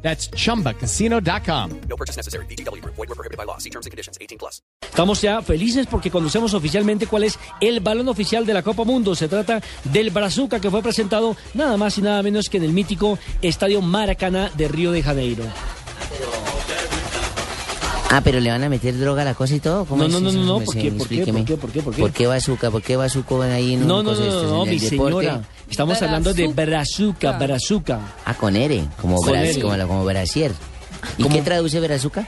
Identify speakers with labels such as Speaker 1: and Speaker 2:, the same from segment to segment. Speaker 1: That's chumbacasino.com.
Speaker 2: No purchase necessary. BGW. Void were prohibited by law. See terms and conditions. 18 plus.
Speaker 3: Estamos ya felices porque conocemos oficialmente cuál es el balón oficial de la Copa Mundo. Se trata del Brazuca que fue presentado nada más y nada menos que en el mítico Estadio Maracaná de Río de Janeiro.
Speaker 4: Ah, pero le van a meter droga a la cosa y todo. ¿Cómo
Speaker 3: No,
Speaker 4: es
Speaker 3: no, no,
Speaker 4: eso?
Speaker 3: no, no,
Speaker 4: Me-
Speaker 3: ¿por
Speaker 4: se-
Speaker 3: qué,
Speaker 4: me
Speaker 3: por qué,
Speaker 4: explíqueme.
Speaker 3: por qué, por qué, por qué?
Speaker 4: ¿Por qué bazooka? ¿Por qué bazooka van ahí en
Speaker 3: No,
Speaker 4: un
Speaker 3: no,
Speaker 4: cosa
Speaker 3: no,
Speaker 4: de
Speaker 3: no,
Speaker 4: estos,
Speaker 3: no,
Speaker 4: pues este en
Speaker 3: mi
Speaker 4: el deporte?
Speaker 3: señora. Estamos hablando de Brazuca, Brazuca.
Speaker 4: Ah, con ere, como,
Speaker 3: Con
Speaker 4: Bras-
Speaker 3: ere.
Speaker 4: como, la- como brasier. ¿Y qué traduce brazuca?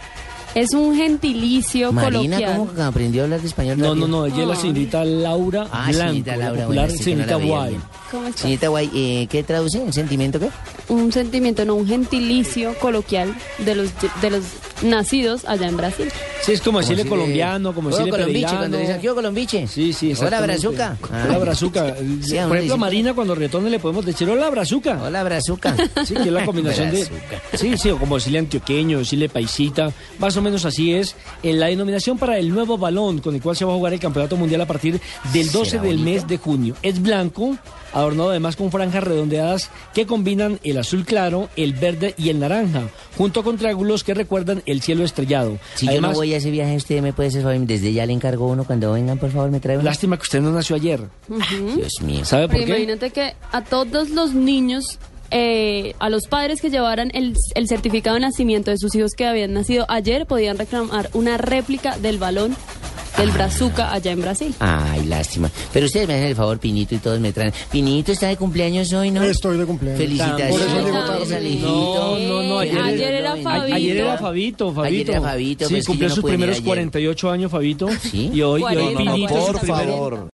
Speaker 5: Es un gentilicio
Speaker 4: Marina,
Speaker 5: coloquial.
Speaker 4: ¿cómo que aprendió a hablar de español?
Speaker 3: No, no,
Speaker 4: rápido?
Speaker 3: no, ella es la señorita Laura
Speaker 4: Ah,
Speaker 3: Blanco,
Speaker 4: señorita
Speaker 3: la
Speaker 4: Laura,
Speaker 3: popular
Speaker 4: bueno, sí que no la
Speaker 3: señorita
Speaker 4: veía
Speaker 3: Guay.
Speaker 4: bien.
Speaker 5: ¿Cómo está?
Speaker 4: Señorita Guay, eh, ¿qué traduce? ¿Un sentimiento qué?
Speaker 5: Un sentimiento, no un gentilicio coloquial de los de los nacidos allá en Brasil.
Speaker 3: Sí, es como decirle
Speaker 4: decirle-
Speaker 3: colombiano, como
Speaker 4: Oh,
Speaker 3: decirle
Speaker 4: colombiche,
Speaker 3: pereirano.
Speaker 4: cuando dicen, "Yo, colombiche".
Speaker 3: Sí, sí,
Speaker 4: Hola,
Speaker 3: exactamente.
Speaker 4: brazuca. Ah.
Speaker 3: Hola, Brazuca.
Speaker 4: Sí, a uno
Speaker 3: Por
Speaker 4: le
Speaker 3: ejemplo, a
Speaker 4: dicen-
Speaker 3: Marina cuando retorne le podemos decir, hola, Brazuca.
Speaker 4: Hola, brazuca.
Speaker 3: Sí, que es la combinación de...
Speaker 4: Brazuca.
Speaker 3: Sí, sí, o como decirle antioqueño, decirle paisita, más o menos así es. Eh, la denominación para el nuevo balón con el cual se va a jugar el Campeonato Mundial a partir del 12
Speaker 4: ¿Será
Speaker 3: del
Speaker 4: bonito?
Speaker 3: mes de junio. Es blanco, adornado además con franjas redondeadas que combinan el azul claro, el verde y el naranja, junto con triángulos que recuerdan el cielo estrellado.
Speaker 4: Si yo
Speaker 3: además,
Speaker 4: no voy a ese viaje, usted me puede hacer favor. Desde ya le encargo uno. Cuando vengan, por favor, me trae uno.
Speaker 3: lástima que usted no nació ayer.
Speaker 4: Dios mío.
Speaker 3: ¿Sabe por
Speaker 5: Pero
Speaker 3: qué?
Speaker 5: imagínate que a todos los niños, eh, a los padres que llevaran el, el certificado de nacimiento de sus hijos que habían nacido ayer, podían reclamar una réplica del balón del Brazuca allá en Brasil.
Speaker 4: Ay, lástima. Pero ustedes me hacen el favor, Pinito, y todos me traen. Pinito está de cumpleaños hoy, ¿no?
Speaker 6: Estoy de cumpleaños.
Speaker 4: Felicitaciones.
Speaker 6: Por eso
Speaker 5: llego tarde.
Speaker 4: Feliz Alejito.
Speaker 3: No, no, no, ayer-
Speaker 5: Ayer era
Speaker 4: Ay,
Speaker 5: Fabito.
Speaker 3: Ayer era Fabito, Fabito.
Speaker 4: Ayer era Fabito,
Speaker 3: Sí,
Speaker 4: pues, que
Speaker 3: cumplió
Speaker 4: yo no
Speaker 3: sus
Speaker 4: pude ir
Speaker 3: primeros
Speaker 4: ayer.
Speaker 3: 48 años, Fabito.
Speaker 4: ¿Sí?
Speaker 3: Y hoy, y hoy
Speaker 5: Cuarenta y
Speaker 3: Pinito es su
Speaker 5: ocho.
Speaker 3: primer-